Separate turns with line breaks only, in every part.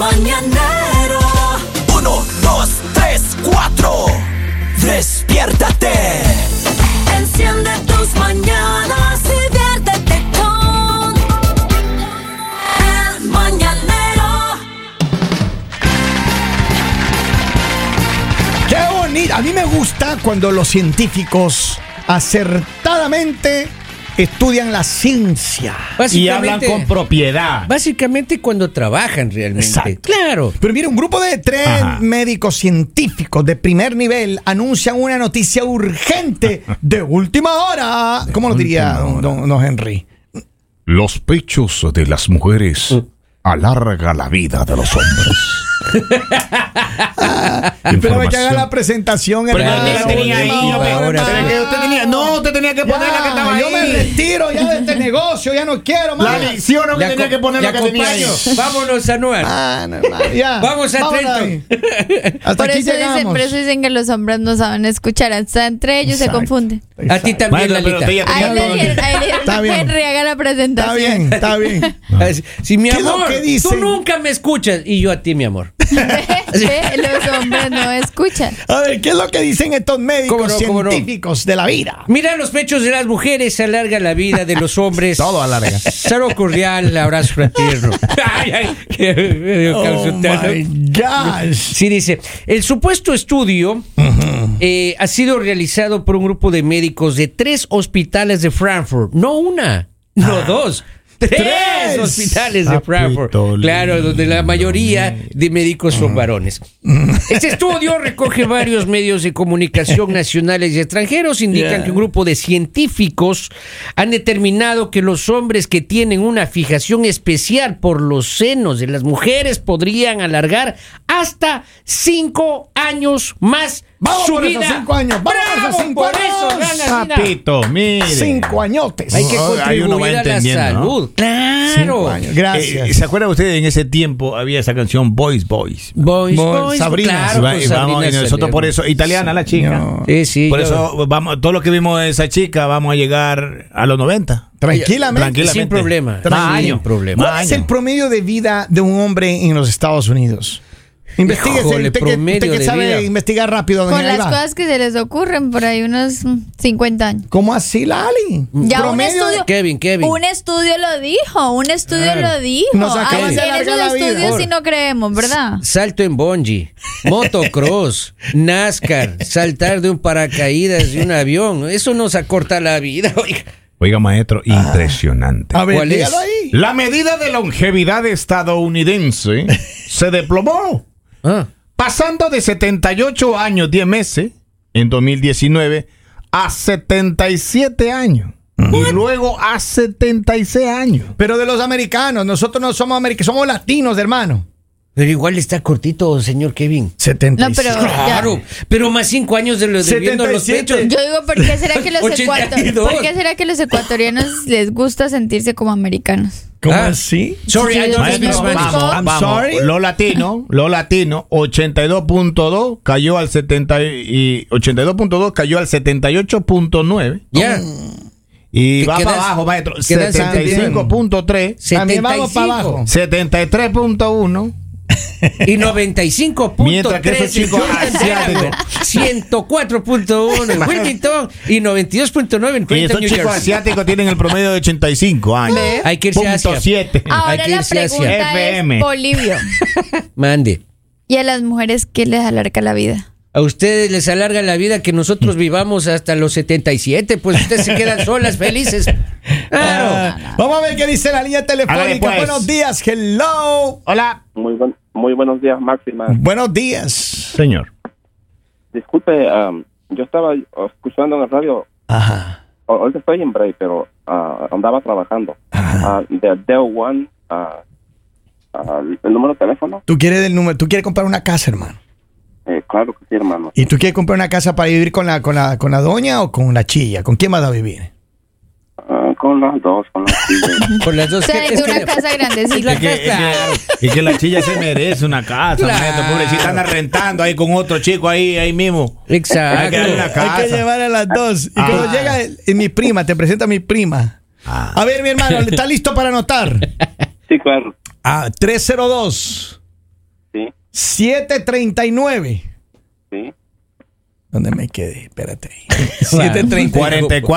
mañanero. Uno, dos, tres, cuatro. Despiértate. Enciende tus mañanas y viértete con el mañanero.
¡Qué bonito! A mí me gusta cuando los científicos acertadamente estudian la ciencia.
Básicamente,
Y hablan con propiedad.
Básicamente cuando trabajan realmente.
Exacto.
Claro.
Pero mira, un grupo de tres
Ajá.
médicos científicos de primer nivel anuncian una noticia urgente de última hora. ¿Cómo lo diría don, don- don Henry?
Los pechos de las mujeres
Mm.
alarga la vida de los hombres.
Espérame que haga
Ah. Información.
la presentación.
Pero
hermano,
yo la tenía ahí,
última
yo me-
hora.
pero que usted tenía- no, usted tenía que poner la que estaba
yo me
ahí.
retiro ya de este negocio, ya no quiero
La
más.
lección no que
Le
tenía
aco-
que poner
le
la que tenía ahí.
acompaño. Vámonos, Anuar.
Ah, no, hermano, ya.
Vamos a
Vámonos
Trenton.
ahí. Hasta
Por
aquí
eso, dicen,
llegamos.
por eso dicen que los hombres no saben escuchar, hasta entre ellos
Exacto.
se confunden.
A ti también,
Maestro,
Lalita.
pero usted ya tenía
Ahí le
todo.
dijeron, ahí le dijeron,
Está bien.
Henry, haga la
Está
presentación.
bien, está bien.
Así- Si Ah, mi
¿Qué es lo
amor,
que
tú
dicen?
nunca me escuchas y yo a ti, mi amor.
Ve, los hombres no escuchan.
A ver, ¿qué es lo que dicen estos médicos
Cómo no, cómo no.
científicos de la vida?
Mira los pechos de las mujeres alarga la vida de los hombres.
Todo alarga.
Cero cordial, abrazo fraterno. ay, ay, qué medio
Oh
calzotano.
my gosh.
Sí, dice, el supuesto estudio eh, ha sido realizado por un grupo de médicos de tres hospitales de Frankfurt. No una, no dos. Tres,
¡Tres!
hospitales de
Papito
Frankfurt.
lindo,
claro, donde la mayoría de médicos son varones. Este estudio recoge varios medios de comunicación nacionales y extranjeros. Indican que un grupo de científicos han determinado que los hombres que tienen una fijación especial por los senos de las mujeres podrían alargar hasta cinco años más
Vamos
su
por esos
vida.
cinco años, vamos por
¡Bravo
esos cinco
por eso,
años! pues,
ganas, mira!
Papito, mire. Eh,
Cinco añotes.
Hay que
Ahí uno va
contribuir a la
entendiendo, ¿no?
salud. Claro.
Cinco años. Gracias.
Eh, ¿Se acuerdan ustedes en ese tiempo había esa canción Boys Boys?
Boys,
Boy,
boys,
Sabrina.
claro,
Va-
con
y vamos,
Sabrina
y nosotros
Salerno.
por eso, italiana la chica.
Sí, sí.
Por
yo-
eso vamos, todo lo que vimos de esa chica vamos a llegar a los 90.
Tranquilamente.
Tranquilamente.
Sin problema.
Más
Sin
años.
problema.
Más
¿Cuál es el
años.
promedio de vida de un hombre en los Estados Unidos? Investíguese,
Híjole,
usted que,
promedio
usted que
de
sabe
vida.
investigar rápido. doña
Con las
Eva.
cosas que se les ocurren, por ahí unos mm, 50 años.
¿Cómo así, Lali?
Mm,
Ya un
Promedio de-
estudio,
Kevin, Kevin.
un estudio lo dijo, un estudio
Claro.
lo dijo.
Nos acaban
Así
de
en
alargar
esos
la vida.
estudios sí no creemos, ¿verdad?
Salto en bungee, motocross, NASCAR, saltar de un paracaídas de un avión. Eso nos acorta la vida. oiga.
Oiga, maestro, impresionante.
Ah. A ver,
¿Cuál es?
dígalo ahí.
La medida de longevidad estadounidense se diplomó,
Ah,
pasando de 78 años 10 meses en 2019 a 77 años.
Mm.
Y luego a 76 años.
Pero de los americanos, nosotros no somos americanos, somos latinos, hermano.
pero igual está cortito, señor Kevin.
70.
No, pero ya.
Claro, pero más cinco años de lo debiendo los
77.
pechos.
Yo digo, ¿por qué será que los,
82?
ecuator- ¿por qué será que los ecuatorianos les gusta sentirse como americanos?
¿Cómo
Ah.
así?
Sorry, I don't
Maestro,
speak Spanish.
vamos.
I'm sorry.
Lo latino, lo latino, 82.2 cayó al 70 y 82.2 cayó al 78.9
Ya.
y
Que
va
quedas-
para abajo, maestro,
quedas
75.3,
También vamos para abajo.
73.1
Y 95.3.
Mientras que esos chicos asiáticos-
104.1 en Wilmington y 92.9 en
y
Clinton,
estos
New
chicos
Jersey.
asiáticos tienen el promedio de 85 años.
Hay que irse a
Punto
Asia.
7.
Ahora
que
la
irse hacia
pregunta
FM.
es, Polivio,
Mande.
¿y a las mujeres qué les alarga la vida?
A ustedes les alarga la vida que nosotros vivamos hasta los 77, pues ustedes se quedan solas, felices.
Ah.
Claro.
Ah, Vamos a ver qué dice la línea telefónica.
Hágale, pues.
Buenos días, hello.
Hola,
Muy, buen- muy buenos días, Máxima.
Buenos días.
señor.
Disculpe, am, yo estaba escuchando en la radio.
Ajá.
a- Ahorita estoy en break, pero ah, andaba trabajando. Ah, de Dell One, ah, ah, el número de teléfono.
Tú quieres del número, tú quieres comprar una casa, hermano.
Eh, claro que sí, hermano.
¿Y tú quieres comprar una casa para vivir con la con la con la doña o con la chilla? ¿Con quién vas a vivir?
Ah, con las dos, con las cinco.
Por las dos
O sea,
que-
de
es que-
una casa
es la
grandecita.
que-
casa.
Y que la chilla se merece una casa,
Claro.
maestro, pobrecita, anda rentando ahí con otro chico ahí, ahí mismo. Hay que darle una
Exacto.
casa.
Hay que llevar a las dos.
Ah.
Y cuando llega el- y mi prima, te presenta a mi prima.
Ah.
A ver, mi hermano, ¿está listo para anotar?
sí, claro.
Ah, 302
sí,
739.
sí.
¿Dónde me quedé? Espérate. ahí.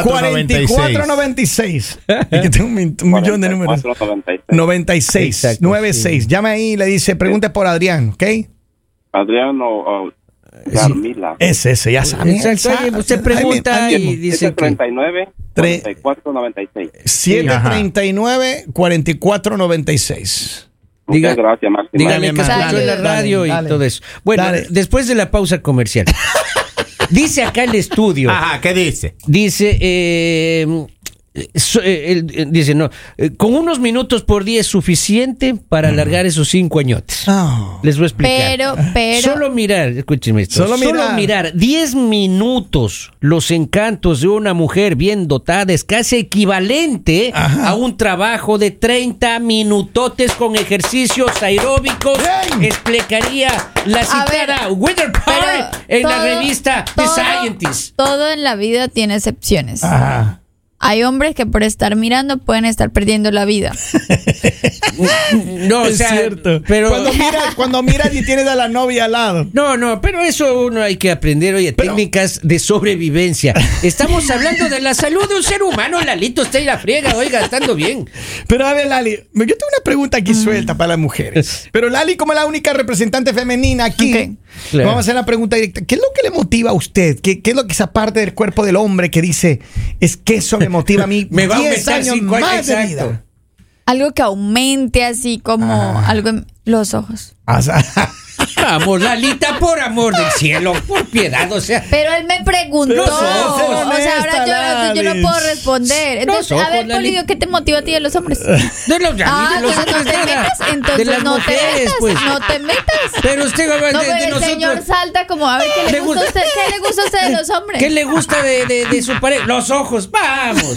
4496.
4496. Es que tengo un, min- un millón de números.
4496.
96,
Exacto,
96. Llame ahí y le dice, pregunte por Adrián, ¿ok?
Adriano o Carmila.
Es ese, ya sabe.
Pues, Exacto,
Él
oye,
sabe.
usted pregunta y dice que
739
Tres.
4496.
Ajá.
739 4496.
Diga-
Muchas gracias, Máximo.
Dígale que
Dale,
escuchó en la
dale,
radio y
dale.
todo eso. Bueno,
Dale.
después de la pausa comercial. dice acá el estudio.
Ah.
Ajá, ¿qué dice?
Dice, eh, so- eh, el- eh, dice, no, eh, con unos minutos por día es suficiente para alargar esos cinco añotes.
Ah.
Les voy a explicar.
Pero, pero.
Solo mirar, escúcheme esto.
Solo
Solo
mirar.
mirar. 10 minutos los encantos de una mujer bien dotada es casi equivalente
Ajá.
a un trabajo de 30 minutotes con ejercicios aeróbicos.
Bien.
Explicaría la citada
ver,
Wither
pero
Park en la
todo-
revista The
todo-
Scientist. Ah.
Todo en la vida tiene excepciones.
Ajá.
Hay hombres que por estar mirando pueden estar perdiendo la vida.
No, o
es
sea,
cierto.
Pero,
Cuando miras cuando miras y tienes a la novia al lado.
No, no, pero eso uno hay que aprender, oye, técnicas de sobrevivencia. Estamos hablando de la salud de un ser humano, Lalito, usted y la friega, oiga, estando bien.
Pero a ver, Lali, yo tengo una pregunta aquí
Mm.
suelta para las mujeres. Pero Lali, como es la única representante femenina aquí,
Ok.
le
Claro.
vamos a hacer la pregunta directa. ¿Qué es lo que le motiva a usted? ¿Qué, qué es lo que esa parte del cuerpo del hombre que dice, es que eso me motiva a mí
Me va a
10
aumentar
años
cinco años,
más de
exacto.
vida?
Algo que aumente así como
Ah.
algo en los ojos.
O sea,
Vamos, Lalita, por amor del cielo, por piedad, o sea.
Pero él me preguntó.
Pero no seas
o sea, ahora
honesta,
yo, yo
Lali.
no puedo responder. Entonces,
ojos,
a ver,
Lali.
Polivio, ¿qué te motiva a ti de los hombres?
De los, de
Ah,
los
entonces no
otros
te
nada.
metas.
de
Entonces
las
no te
mujeres,
metas.
pues.
No te metas.
Pero usted,
No,
de,
pero
de
el
nosotros.
señor salta como a ver qué
Le
le gusta a
gusta-
usted, qué le gusta a usted de los hombres.
¿Qué le gusta de, de- de su pareja? Los ojos, vamos.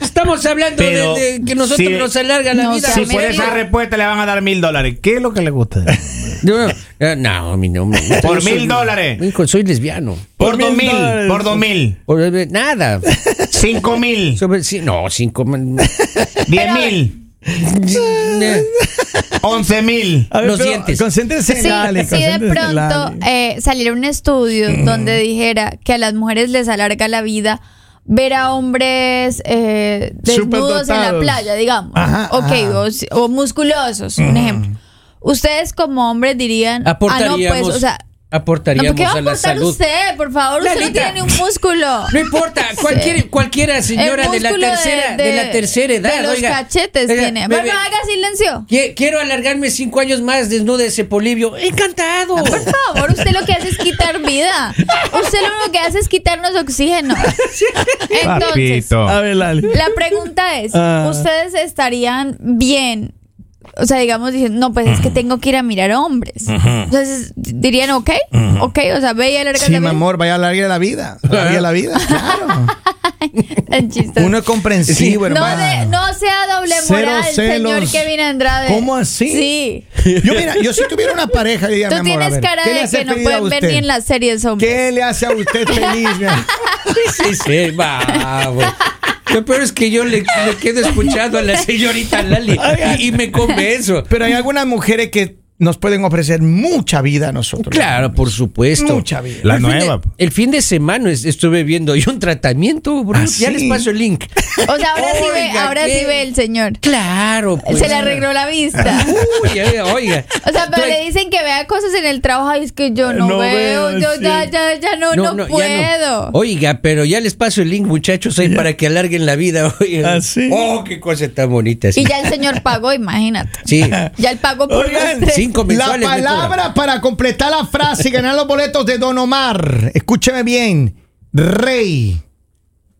Estamos hablando de-
Pero
de, que nosotros
sí.
nos alarga la
No,
vida.
sí,
Si por esa respuesta le van a dar mil dólares, ¿qué es lo que le gusta?
No, eh, no, a mí no. me-
Por
yo soy-
mil dólares.
Hijo, soy lesbiano.
Por dos
mil
mil,
dólares.
por dos mil,
Por- eh, Nada.
cinco mil,
Sobre- sí, no, cinco. man-
diez mil,
Eh,
once mil.
a
Los dientes.
Concéntrese en
Sí,
Lali.
si de
concéntrese en
pronto
Lali.
eh, saliera un estudio
Mm.
donde dijera que a las mujeres les alarga la vida ver a hombres eh, desnudos en la
Superdotados.
playa, digamos,
Ajá,
ok,
ajá.
o si- O, musculosos,
Mm.
un ejemplo. Ustedes como hombres dirían, ah, no,
Aportaríamos.
pues, o sea, no,
aportaríamos
¿por ¿qué va a
a la
aportar
salud.
usted? Por favor, usted no
Lalita.
tiene ni un músculo.
No importa, cualquier, cualquiera señora
El
de la
músculo
tercera, de, la tercera edad.
De los
oiga,
cachetes
oiga,
tiene.
bebé,
Bueno, haga silencio.
qui- Quiero alargarme cinco años más desnuda ese polivio. ¡Encantado!
Por favor, usted lo que hace es quitar vida. Usted lo único que hace es quitarnos oxígeno. Entonces,
Papito.
A ver, Lali.
la pregunta es,
Ah.
¿ustedes estarían bien? O sea, digamos, dicen, no, pues es que tengo que ir a mirar hombres. Entonces, dirían, ok, ok, o sea, ve y alarga
Sí,
la
mi
vida.
amor, vaya a larga la vida. Larga la vida, claro.
Tan chistoso.
Uno es comprensivo,
no,
hermano.
de- no sea doble
Cero
moral,
celos.
señor Kevin Andrade.
¿Cómo así?
Sí.
Yo, mira, yo si tuviera una pareja, diría,
Tú
mi amor, a
tienes
ver,
cara
¿qué le
de
hace
que no
feliz a
pueden ver
usted?
ni en las series hombres.
Pues,
¿Qué le hace a usted feliz? mi amor?
Sí, sí, vamos. Lo peor es que yo le, le quedo escuchando a la señorita Lali y, y me convenzo.
Pero hay algunas mujeres que nos pueden ofrecer mucha vida a nosotros.
Claro, por supuesto.
Mucha vida.
La
El fin de-
nueva.
el fin de semana es- estuve viendo yo un tratamiento, bro.
¿Ah,
Ya
sí?
les paso el link.
O sea, ahora sí ve,
Oiga,
ahora
qué-
sí ve el señor.
Claro, pues.
Se le arregló la vista.
Uy, oiga, oiga.
O sea, pero
Tú-
le dicen que vea cosas en el trabajo y es que yo no,
No
veo,
veo,
yo
sí.
ya, ya, ya no,
No,
no,
no, ya no.
puedo.
Oh,
Oiga, pero ya les paso el link, muchachos, ahí para que alarguen la vida. Oiga.
Ah, sí.
Oh, qué cosa tan bonita. sí.
Y ya el señor pagó, imagínate.
Sí.
Ya el pagó por
Oigan,
los tres.
cinco
La
mensuales. me cobran.
palabra para completar la frase y ganar los boletos de Don Omar. Escúcheme bien. Rey.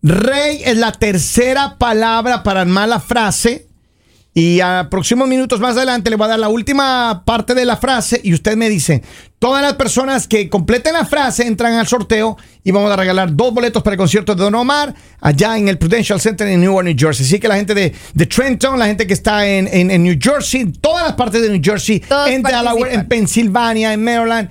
Rey es la tercera palabra para armar la frase. Y a próximos minutos más adelante le voy a dar la última parte de la frase y usted me dice, todas las personas que completen la frase entran al sorteo y vamos a regalar dos boletos para el concierto de Don Omar allá en el Prudential Center en Newark, New Jersey. Así que la gente de, de Trenton, la gente que está en, en- en New Jersey, en todas las partes de New Jersey,
Todos
en Delaware, en
participan.
Pensilvania, en Maryland,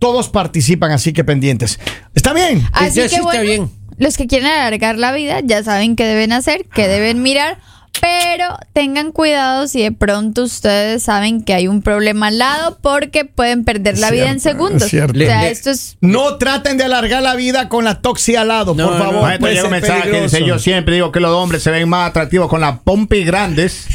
todos participan, así que pendientes. ¿Está bien?
Ya
Así
sí
que
está
Ah, bueno,
bien. Ah.
los que quieren alargar la vida ya saben qué deben hacer, qué deben mirar. Pero tengan cuidado si de pronto ustedes saben que hay un problema al lado porque pueden perder la vida en
Cierto,
segundos.
cierto.
O sea,
Le-
esto es
No traten de alargar la vida con la toxia al lado,
No,
por
no,
favor.
Maestro,
puede
llega un
ser
mensaje que dice,
peligroso.
yo siempre digo que los hombres se ven más atractivos con las pompis grandes,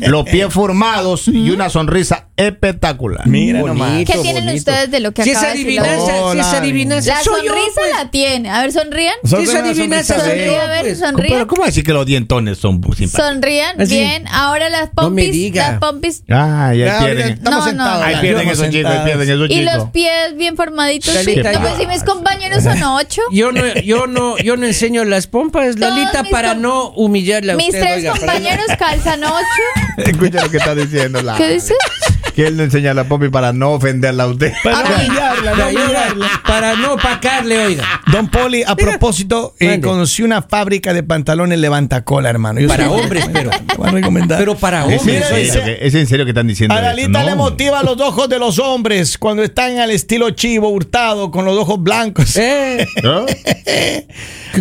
los pies formados y una sonrisa espectacular.
Mira nomás.
¿Qué tienen ustedes de lo que
si
acaba
esa
de decir la
adivinanza,
voz?
si esa
Hola.
adivinanza,
la
soy yo,
sonrisa
pues.
la tiene. A ver, sonrían.
Son-
Si esa
Sonríe,
adivinanza
sonríe,
soy yo,
a ver,
pues.
sonríe.
Pero, ¿cómo?
así que los dientones son simpáticos?
Sonrían
Así.
bien. Ahora las
Ah, No me
pompis,
diga.
las pompis
Ah, ya
Ya, ahorita
pierden.
Estamos
No, no,
sentados.
no.
Ahí
ya,
pierden
estamos
esos chicos, ahí
sentados.
pierden esos
y los
chicos.
pies bien formaditos.
Lalita,
no,
yo-
pues si mis compañeros son ocho.
Yo no, yo no, yo no enseño las pompas,
Todos
Lalita,
mis
para
com-
no humillarla a
Mis
usted,
tres
oiga, para no-
compañeros calzan ocho.
Escucha lo que está diciendo la.
Ah,
¿Qué dice?
Que él le enseña la pompi para no ofenderla a usted.
Para
Ay,
humillarla, no
la llora,
humillarla.
para no opacarle, oiga.
Don Poli, a propósito, eh,
Mande.
conocí una fábrica de pantalones levantacola, hermano. Yo
Para
sé-
hombres, pero.
Te voy a recomendar.
Pero para
¿Es en,
hombres,
Oh, Mira,
serio,
oiga.
dice-
que, es en serio que están diciendo
A la
esto?
lista
No.
le motiva los ojos de los hombres cuando están al estilo chivo, hurtado, con los ojos blancos.
Eh,
¿No?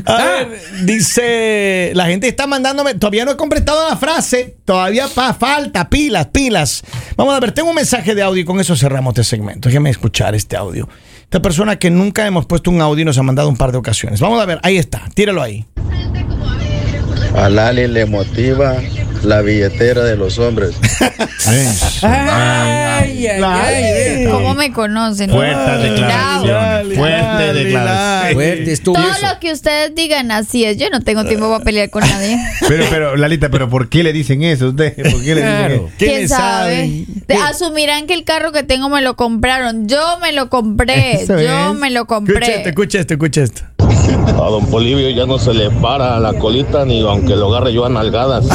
A
Ah.
ver, dice, la gente está mandándome, todavía no he completado la frase, todavía pa- falta, pilas, pilas. Vamos a ver, tengo un mensaje de audio y con eso cerramos este segmento. Déjeme escuchar este audio. Esta persona que nunca hemos puesto un audio y nos ha mandado un par de ocasiones. Vamos a ver, ahí está, tíralo ahí.
A Lali le motiva la billetera de los hombres.
Eh, ay, ay, ay, eh.
¿Cómo me conocen?
Fuertes declaraciones.
Dale,
Fuertes
dale,
declaraciones.
Fuerte estuvo
Todo
eso.
lo que ustedes digan así es. Yo no tengo tiempo para pelear con nadie.
Pero, pero, Lalita, pero ¿por qué le dicen eso a usted? ¿Por qué le
Claro.
dicen eso?
¿Quién
¿Quién
sabe?
sabe? De- Asumirán que el carro que tengo me lo compraron. Yo me lo compré.
Eso
Yo
es.
me lo
Escucha
compré.
esto, escucha esto, escucha esto.
A don Polivio ya no se le para la colita ni aunque lo agarre yo a nalgadas.